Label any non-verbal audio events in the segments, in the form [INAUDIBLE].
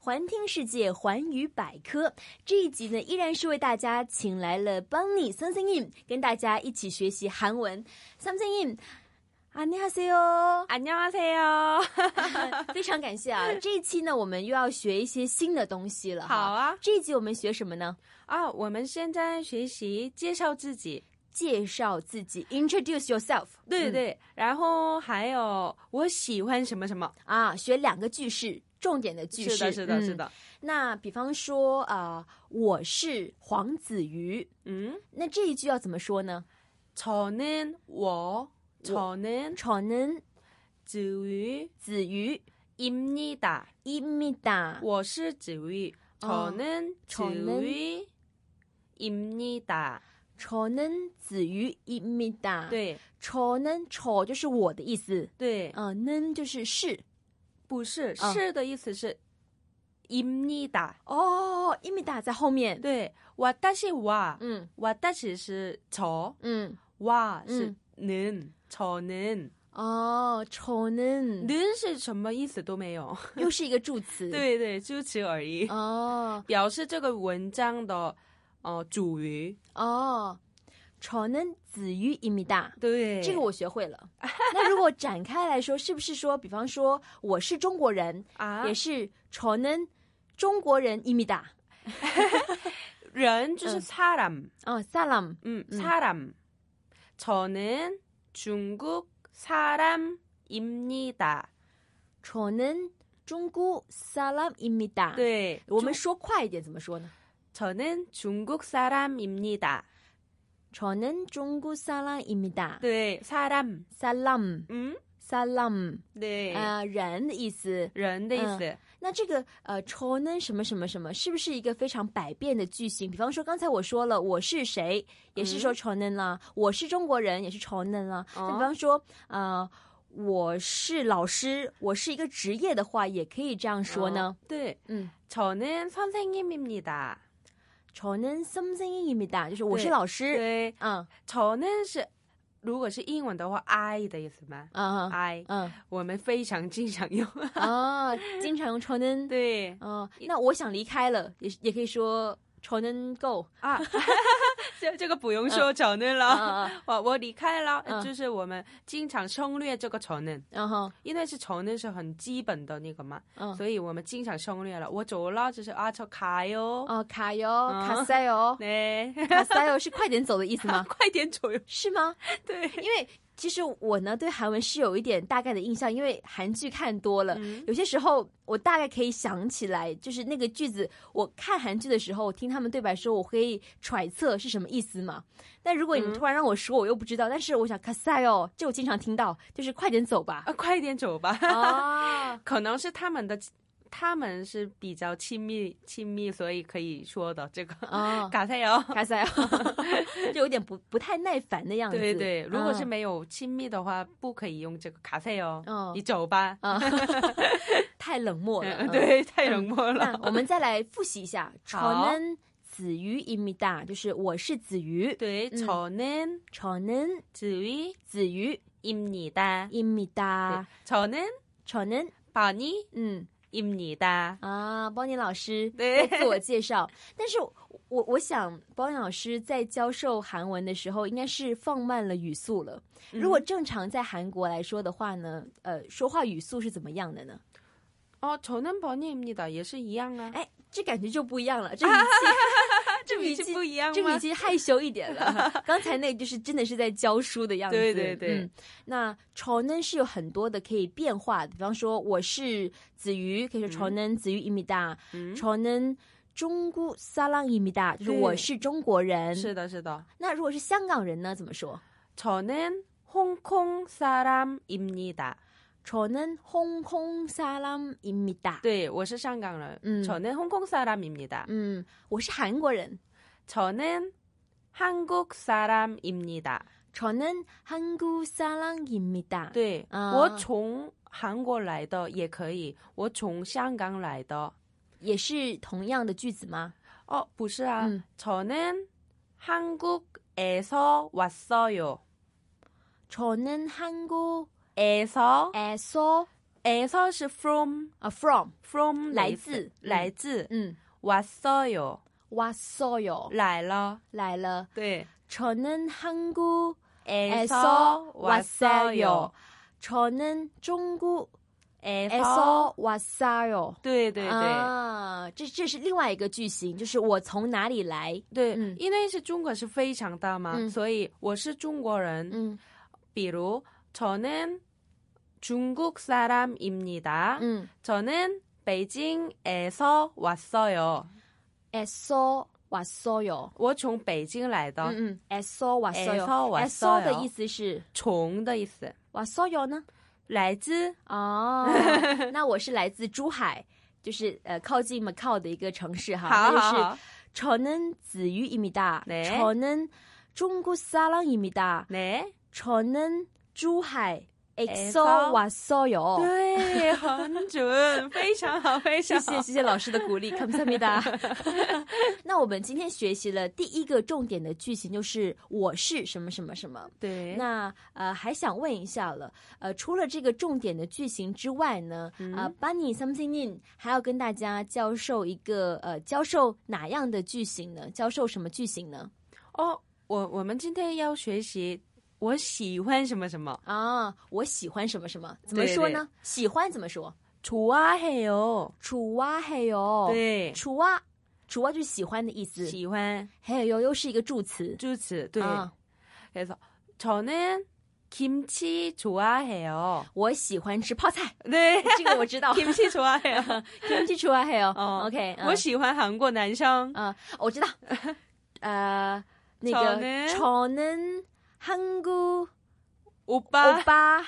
环听世界，环宇百科。这一集呢，依然是为大家请来了邦尼 Something In，跟大家一起学习韩文。Something In，안녕하세요。 안녕하세요。 非常感谢 [LAUGHS] 啊！这一期呢，我们又要学一些新的东西了。好，啊这一集我们学什么呢？啊！我们现在学习介绍自己，介绍自己，introduce yourself。对对嗯对，然后还有我喜欢什么什么，啊，学两个句式，重点的句式。是的，是的，嗯是。的，那比方说啊、我是黄子瑜，嗯，那这一句要怎么说呢？ 저는워저는 저는 지휘 子瑜 입니다 입니다。 我是지휘저는지휘입니다 저는子瑜입니다。， 对 는 저就是我的意思，对，嗯、는 就是是不是嗯是的意思是입니다 哦，입니다在后面。对，我但是我嗯我但是是저 嗯， 와 음. 是는저는 哦，저는 는是什么意思都没有，又是一个助词。，对对，就此而已，哦表示这个文章的呃主语。哦，저는子瑜입니다。 对，这个我学会了。那如果展开来说，是不是说，比方说我是中国人，啊也是저는中国人입니다。 人就是嗯 사람， 哦，사람， 嗯，嗯 사람저는중국사람입니다。 저는중국사람입니다。， 对， 아， 我们说快一点怎么说呢？ 저는중국사람입니다。 저는중국사람입니다。 对，사람， 음？ 사람， 嗯， 사람， 对，呃，人的意思。人的意思。那这个呃，저는什么什么什么，是不是一个非常百变的句型？比方说，刚才我说了，我是谁，也是说저는啦；我是中国人，也是저는啦。那、嗯哦比方说，呃，我是老师，我是一个职业的话，也可以这样说呢。哦对，嗯， 저는선생님입니다。 저는 something입니다，就是我是对老师。对，嗯 저는是如果是英文的话，I 的意思吗嗯嗯？I， [LAUGHS] 嗯我们非常经 [LAUGHS] 常用。啊，经常用저는。 对嗯，那我想离开了，也是也可以说저는 go。啊， [LAUGHS] 这这个不用说저는 啊了。啊啊，我我离开了，嗯就是我们经常省略这个저는， 然后因为是저는是很基本的那个嘛，嗯。所以我们经常省略了。我走了，就是啊，저가요。 哦，卡哟，嗯卡塞 [LAUGHS] 哟， 네， 卡塞哟是快点走的意思吗？ [LAUGHS] [LAUGHS] 快点走哟。是吗？对，因为其实我呢对韩文是有一点大概的印象，因为韩剧看多了，嗯有些时候我大概可以想起来，就是那个句子。我看韩剧的时候，我听他们对白说，我可以揣测是什么意思嘛。但如果你嗯突然让我说，我又不知道。但是我想卡塞哟，这我经常听到，就是快点走吧。啊，快点走吧。哦，可能是他们的，他们是比较亲密亲密，所以可以说的这个。 [LAUGHS] 哦，嘎塞哟，卡塞 [LAUGHS] 哟，就有点不不太耐烦的样子。对对，如果是嗯没有亲密的话，不可以用这个卡塞哟。嗯你走吧。啊， [LAUGHS] 太冷漠了。嗯，嗯， [LAUGHS] 对，太冷漠那了。我们再来复习一下，저는子瑜입니다，就是我是子瑜。对，嗯 저는 저는 지휘 子瑜 입니다 입니다， 저는 저는 바니 嗯 입니다 啊，包尼老师对在自我介绍，但是我我我想包尼老师在教授韩文的时候，应该是放慢了语速了。嗯如果正常在韩国来说的话呢，呃，说话语速是怎么样的呢？ 어저는바니입니다也是一样啊。哎，这感觉就不一样 [LAUGHS] 了，这语气，这语语气气不一样这个已吗？经害羞一点 [LAUGHS] 了。刚才那个就是真的是在教书的样子。对对对嗯，那朝呢是有很多的可以变化的，比方说我是子瑜，可以说朝呢子瑜一米大，嗯朝呢。中古撒浪一米大，就是对我是中国人。是的，是的。那如果是香港人呢？怎么说？ 저는홍콩사람입니다 저는 홍콩 사람입니다。 对，我是香港人。嗯 저는홍콩사람입니다 嗯，我是韩国人。 저는 한국 사람입니다. 저는한국사람입니다。， 对，啊 네, 我从韩国来的也可以，我从香港来的。也是同样的句子吗？哦，不是啊，嗯 저는한국에서왔어요。 저는한국 에서 에서 에서 시 from 啊，from， from 来哪一自本来自嗯， 왔어요 왔어요 来了来了。对 저는 한국에서 네. 에서 왔어요 왔어요. 저는 중국에서 아. 에서 네, 왔어요. 对对对、哦啊，这这是另外一个句型，就是我从哪里来。对、嗯因为是中国是非常大嘛、嗯所以我是中国人、嗯比如저는중국사람입니다、 嗯 저는 베이징에서 왔어요. ，eso wasoyo，我从北京来的。哦嗯嗯，eso wasoyo， 애써 왔어요 的意思是从的意思。 wasoyo 呢？来自。哦， [LAUGHS] 那我是来自珠海，就是呃靠近 Macau 的一个城市哈，那就是哦好，好，好。 저는 지유입니다. 네. 저는 중국 사람입니다. 네. 저는 주하에서 에서 왔어요. 对，很准，非常好，非常好。谢谢谢谢老师的鼓励，감사합니다。那我们今天学习了第一个重点的句型，就是我是什么什么什么。对，那呃，还想问一下了，呃，除了这个重点的句型之外呢，啊、b u n n y something in 还要跟大家教授一个呃，教授哪样的句型呢？教授什么句型呢？哦，我我们今天要学习我喜欢什么什么，啊，我喜欢什么什么，怎么对说呢？喜欢怎么说？ 좋아해요。 楚哇嘿哟，对，楚哇，楚哦哇就是喜欢的意思，嘿哟又是一个助词，喜欢，助词，对。啊， 그래서 저는 김치 좋아해요. 我喜欢吃泡 [LAUGHS] 菜， 네. 这个我知道， [LAUGHS] 김치 [LAUGHS] 좋아해요. 天气楚哇嘿哟哦，OK，我嗯喜欢韩国男生。啊，我 [LAUGHS] 知道，呃，那个 저는 저는한국 오 오 빠 빠，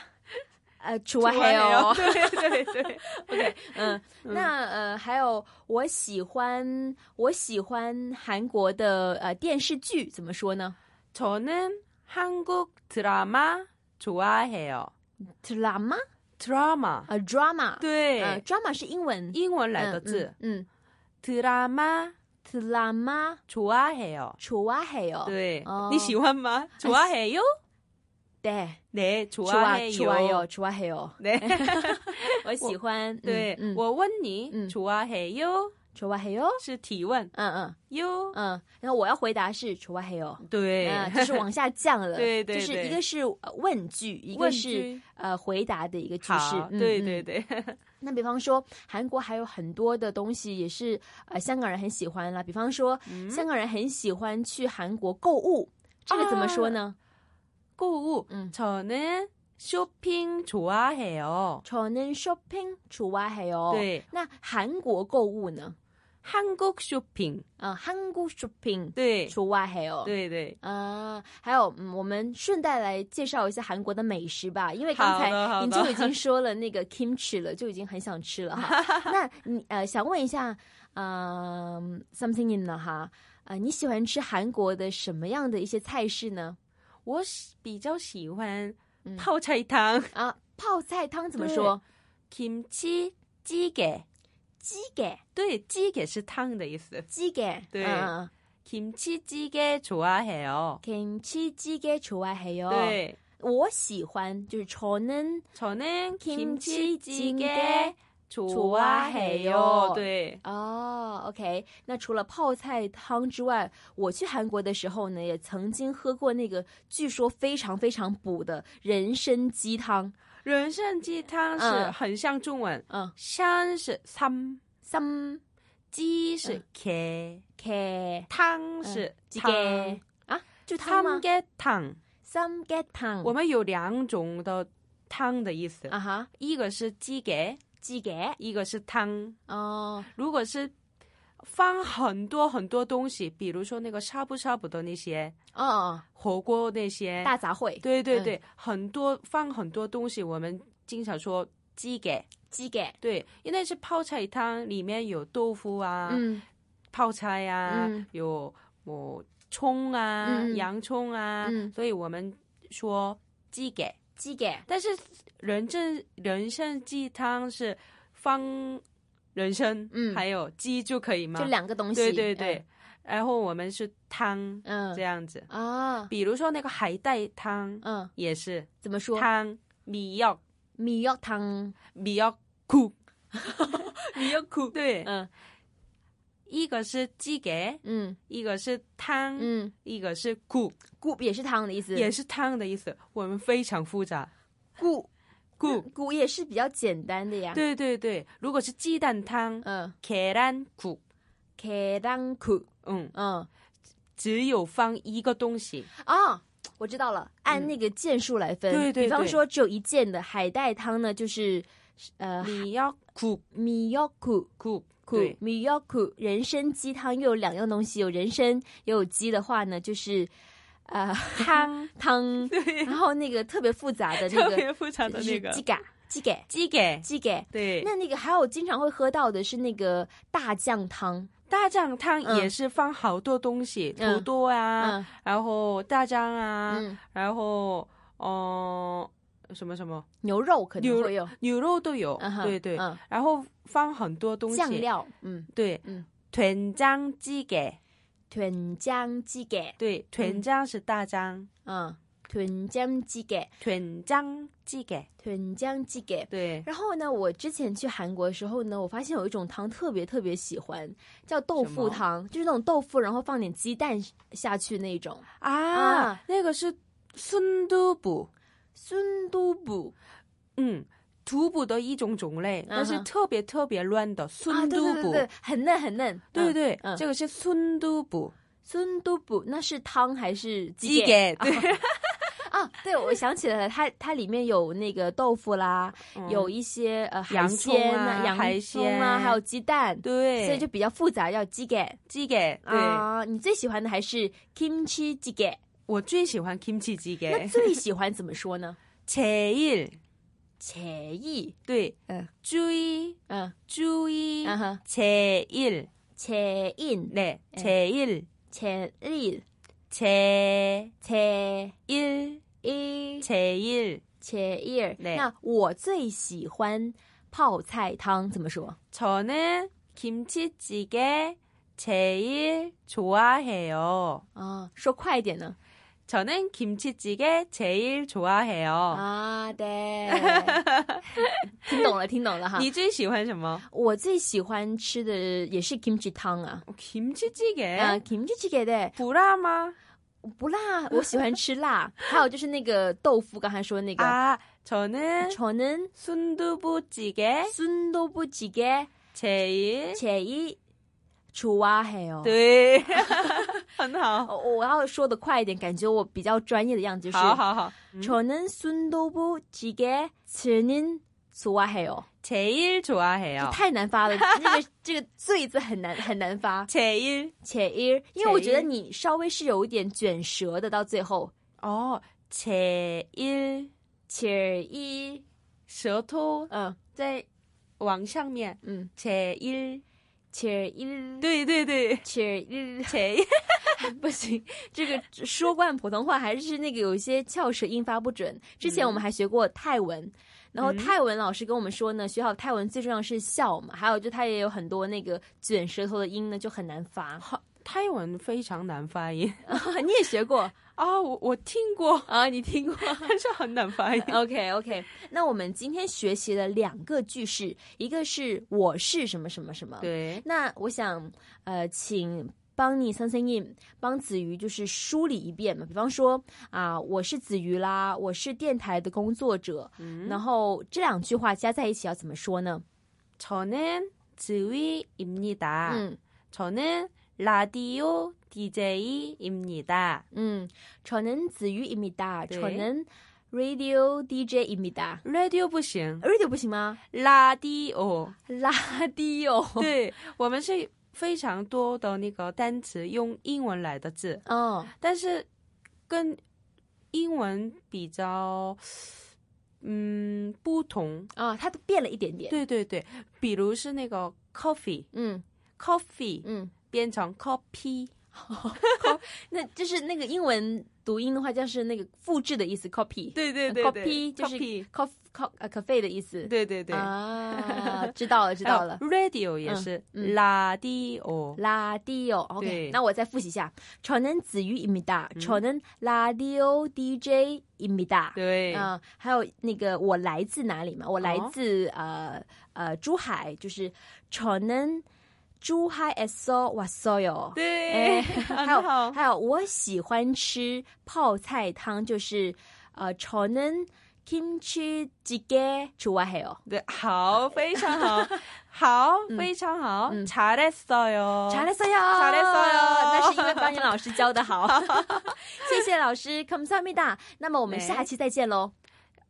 呃，楚哇嘿哟 요 ， [LAUGHS] 네, 对对对， [LAUGHS] 嗯，那呃，还有我喜欢我喜欢韩国的呃电视剧，怎么说呢 저는한국드라마좋아해요。 ？drama drama，啊，drama，呃对， ，drama 是英文英文来嗯的字，嗯 드라마 嗯，drama 좋아해요。 좋아해요， 对哦，你喜欢吗？좋아해요？ 对， 네，좋 좋 아 아 해 좋아요 요。 좋아해요， [LAUGHS] 네， 我喜欢，嗯对，嗯，我问你，嗯 좋아해요 좋아해요， 是提问嗯嗯哟。嗯，然后我要回答是좋아해요。 对，嗯，就是往下降了， [LAUGHS] 对对就是一对个是呃问句，一个问是句呃回答的一个句式好，，嗯对嗯对 [LAUGHS] 对，那比方说，韩国还有很多的东西也是呃香港人很喜欢啦。比方说，嗯香港人很喜欢去韩国购物，这个怎么说呢？嗯购物， 음. 저는 쇼핑 좋아해요. 저는 쇼핑 좋아해요。， 네, 那韩国购物呢？ 한국 쇼핑. 啊、韩国 쇼핑 네, 좋아해요。。 네, 네. 啊，还有，嗯，我们顺带来介绍一下韩国的美食吧，因为刚才好的好的您就已经说了那个 kimchi 了，就已经很想吃了哈。 [LAUGHS] 那你呃，想问一下，嗯、s o m e t h i n g in 呢哈，呃，你喜欢吃韩国的什么样的一些菜式呢？我比较喜欢 음. 泡菜汤,啊，泡菜汤怎么说？ 김치 찌개. 鸡给 네, 찌개 是汤的意思.鸡给，对嗯 김치 찌개 좋아해요. ，kimchi 찌개 좋아해요。， 네, 我喜欢就是 저는 저는 김치 김치 찌개 찌개 좋아해요. 좋아해요. 네, 哦，OK，那除了泡菜汤之外，我去韩国的时候呢，也曾经喝过那个据说非常非常补的人参鸡汤。음. 人参鸡汤是很像中文，嗯， 山是삼, 三鸡是 개. K 汤是嗯鸡给啊，就汤吗嗯汤？给汤，三给汤，我们有两种的汤的意思，啊哈，一个是鸡给，鸡给一个是汤。哦，如果是放很多很多东西，比如说那个沙布沙布的那些哦哦，火锅那些，大嗯杂烩，对对对，很多放很多东西，我们经常说鸡给。鸡给，对，因为是泡菜汤，里面有豆腐啊，嗯泡菜呀、嗯有么葱啊、嗯嗯洋葱啊，嗯所以我们说鸡给。鸡给，但是人参人参鸡汤是放人参，嗯还有鸡就可以吗？就两个东西，对对对，然后我们是汤嗯，嗯这样子，啊，比如说那个海带汤嗯，也是怎么说？汤米药 미역탕 [LAUGHS] 미역국. 미역국. 对，嗯一个是鸡给，嗯一个是汤，嗯，一个是骨，固也是汤的意思，也是汤的意思。我们非常复杂。固骨，固嗯也是比较简单的呀。，对对对，如果是鸡蛋汤，嗯 계란骨， k a 苦，嗯，嗯只有放一个东西。啊。我知道了，按那个件数来分。嗯对对比方对说只有一件的海带汤呢，就是呃 미역국 米药苦 국 苦对米药苦人参鸡汤，又有两样东西，有人参也有鸡的话呢，就是 [LAUGHS] 呃汤汤， [LAUGHS] 对，然后那个特别复杂的那特个别复杂就的那是个鸡嘎鸡给鸡给，鸡给。对，那那个还有经常会喝到的是那个大酱汤，大酱汤嗯也是放好多东西，嗯土豆啊，嗯然后大酱啊，嗯，然后哦、呃什么什么牛肉可能会有，牛肉都有，嗯哼对对，嗯然后放很多东西，酱料，嗯，对，嗯团章鸡给，豚姜鸡给，对，团章是大章，嗯，豚姜鸡给，团章鸡给，豚姜鸡给。对，然后呢，我之前去韩国的时候呢，我发现有一种汤特别特别喜欢，叫豆腐汤，就是那种豆腐，然后放点鸡蛋下去那种。啊，啊那个是순두부， 孙都补嗯。두부的一种种类，但是嗯哼特别特别乱的啊， 순 对 두 对对 부， 对，很嫩很嫩。对嗯，对，嗯这个是순두부， 孙都补那是汤还是鸡鸡给？给，对，啊，对，我想起来了，它它里面有那个豆腐啦，有一些呃海嗯洋葱鲜啊洋海葱啊，鲜还有鸡蛋，对，所以就比较复杂，要鸡给。鸡给，对，啊，你最喜欢的还是 kimchi 鸡给？我最喜欢 kimchi 鸡那给，最喜欢怎么说呢？ 제일， 且意，对，嗯 주의 嗯 주의 嗯哼， 제일， 且印 네제일 且力 제 체 일 一 제일 且意。对那我最喜欢泡菜汤怎么说？ 저는김치찌개제일좋아해요 啊，说快一点呢？ 저는김치찌개제일좋아해요 啊， [LAUGHS] 对，听懂了，听懂了哈。你最喜欢什么？我最喜欢吃的也是 kimchi 汤啊， 어, 김치찌개 啊，kimchi 鸡给的。 불라마 不辣，我喜欢吃 [LAUGHS] 辣。还有就是那个豆腐，刚才说那个， 아 저는 저는 순두부찌개 순도부찌개 제일 제일좋아해요。 [LAUGHS] 对很好哦，我要说的快一点，感觉我比较专业的样子。就是，好嗯好好 저는순도부찌개저는좋아해요。 제일좋아해요 太难发了， [LAUGHS] 这个这个“最”字很难很难发。 제일 且一，因为我觉得你稍微是有一点卷舌的，到最后 어제일 且一，舌头嗯在往上面嗯， 제일 且一，对对对 [LAUGHS] 且一。 제일 不行，这个说惯普通话还是那个有一些翘舌音发不准。之前我们还学过泰文，然后泰文老师跟我们说呢，学好泰文最重要是笑嘛，还有就它也有很多那个卷舌头的音呢，就很难发。泰文非常难发音 [LAUGHS] 你也学过 [LAUGHS] 啊我我听过 [LAUGHS] [LAUGHS] 啊？你听过但是很难发 [LAUGHS] 音？OK OK，那我们今天学习了两个句式，一个是我是什么什么什么，对那我想，呃，请帮你三三印帮子瑜就是梳理一遍嘛。比方说啊、我是子瑜啦，我是电台的工作者，然后这两句话加在一起要怎么说呢？ 저는지휘입니다 嗯 저는 라디오 DJ입니다. 嗯，저는지유입니다， 对 저는 radio DJ입니다。 라디오 不行 radio 不行吗？ 라디오. 拉低哦。对， [LAUGHS] 我们是非常多的那个单词用英文来的字， [LAUGHS] 嗯，但是跟英文比较，嗯，不同。啊，它都变了一点点。对对对，比如是那个 coffee，coffee 嗯嗯变成 copy，那就是那个英文读音的话，就是那个复制的意思，copy。对对对对 copy 就是 copy cof co 呃 cafe 的意思。对对对，啊，知道了知道了还。有 네, 아, radio 也是嗯 radio，拉迪哦，OK，对嗯那我再复习一下。저는지유입니다，저는라디오 DJ입니다。 对，哦嗯、还有那个我来自哪里嘛？我来自、呃呃珠海，就是저는珠海에서왔어요。 [LAUGHS] 对，哎还很有啊好，还有，我喜欢吃泡菜汤，就是呃저는 kimchi jjigae 좋아해요。 对，好，非常 [LAUGHS] 好，好，非常好，잘했어요， 查了所有，查了所有那是因为邦尼老师教的 [LAUGHS] 好， [LAUGHS] 谢谢老师，감사합니다。那么我们对下期再见喽，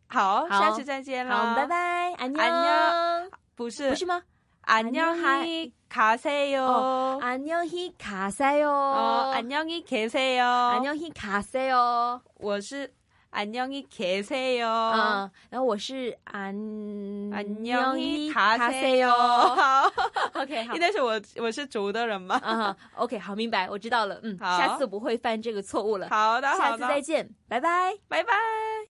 好，好下次再见好，啦，拜，拜，안녕， 안녕 不是不，是吗？ 안녕히가세요， 안녕히가세요， 哦，안녕히계세요， 어。 안녕히가세요， 我是안녕히계세요， 嗯，然后我是안 안 녕 녕히가세요， 요 好， ，OK，好应。该是我我是主的人吧， [LAUGHS] 啊、o k 好，明白，我知道了，嗯，好下次不会犯这个错误了，好的，下好次再的，见，拜拜。拜拜。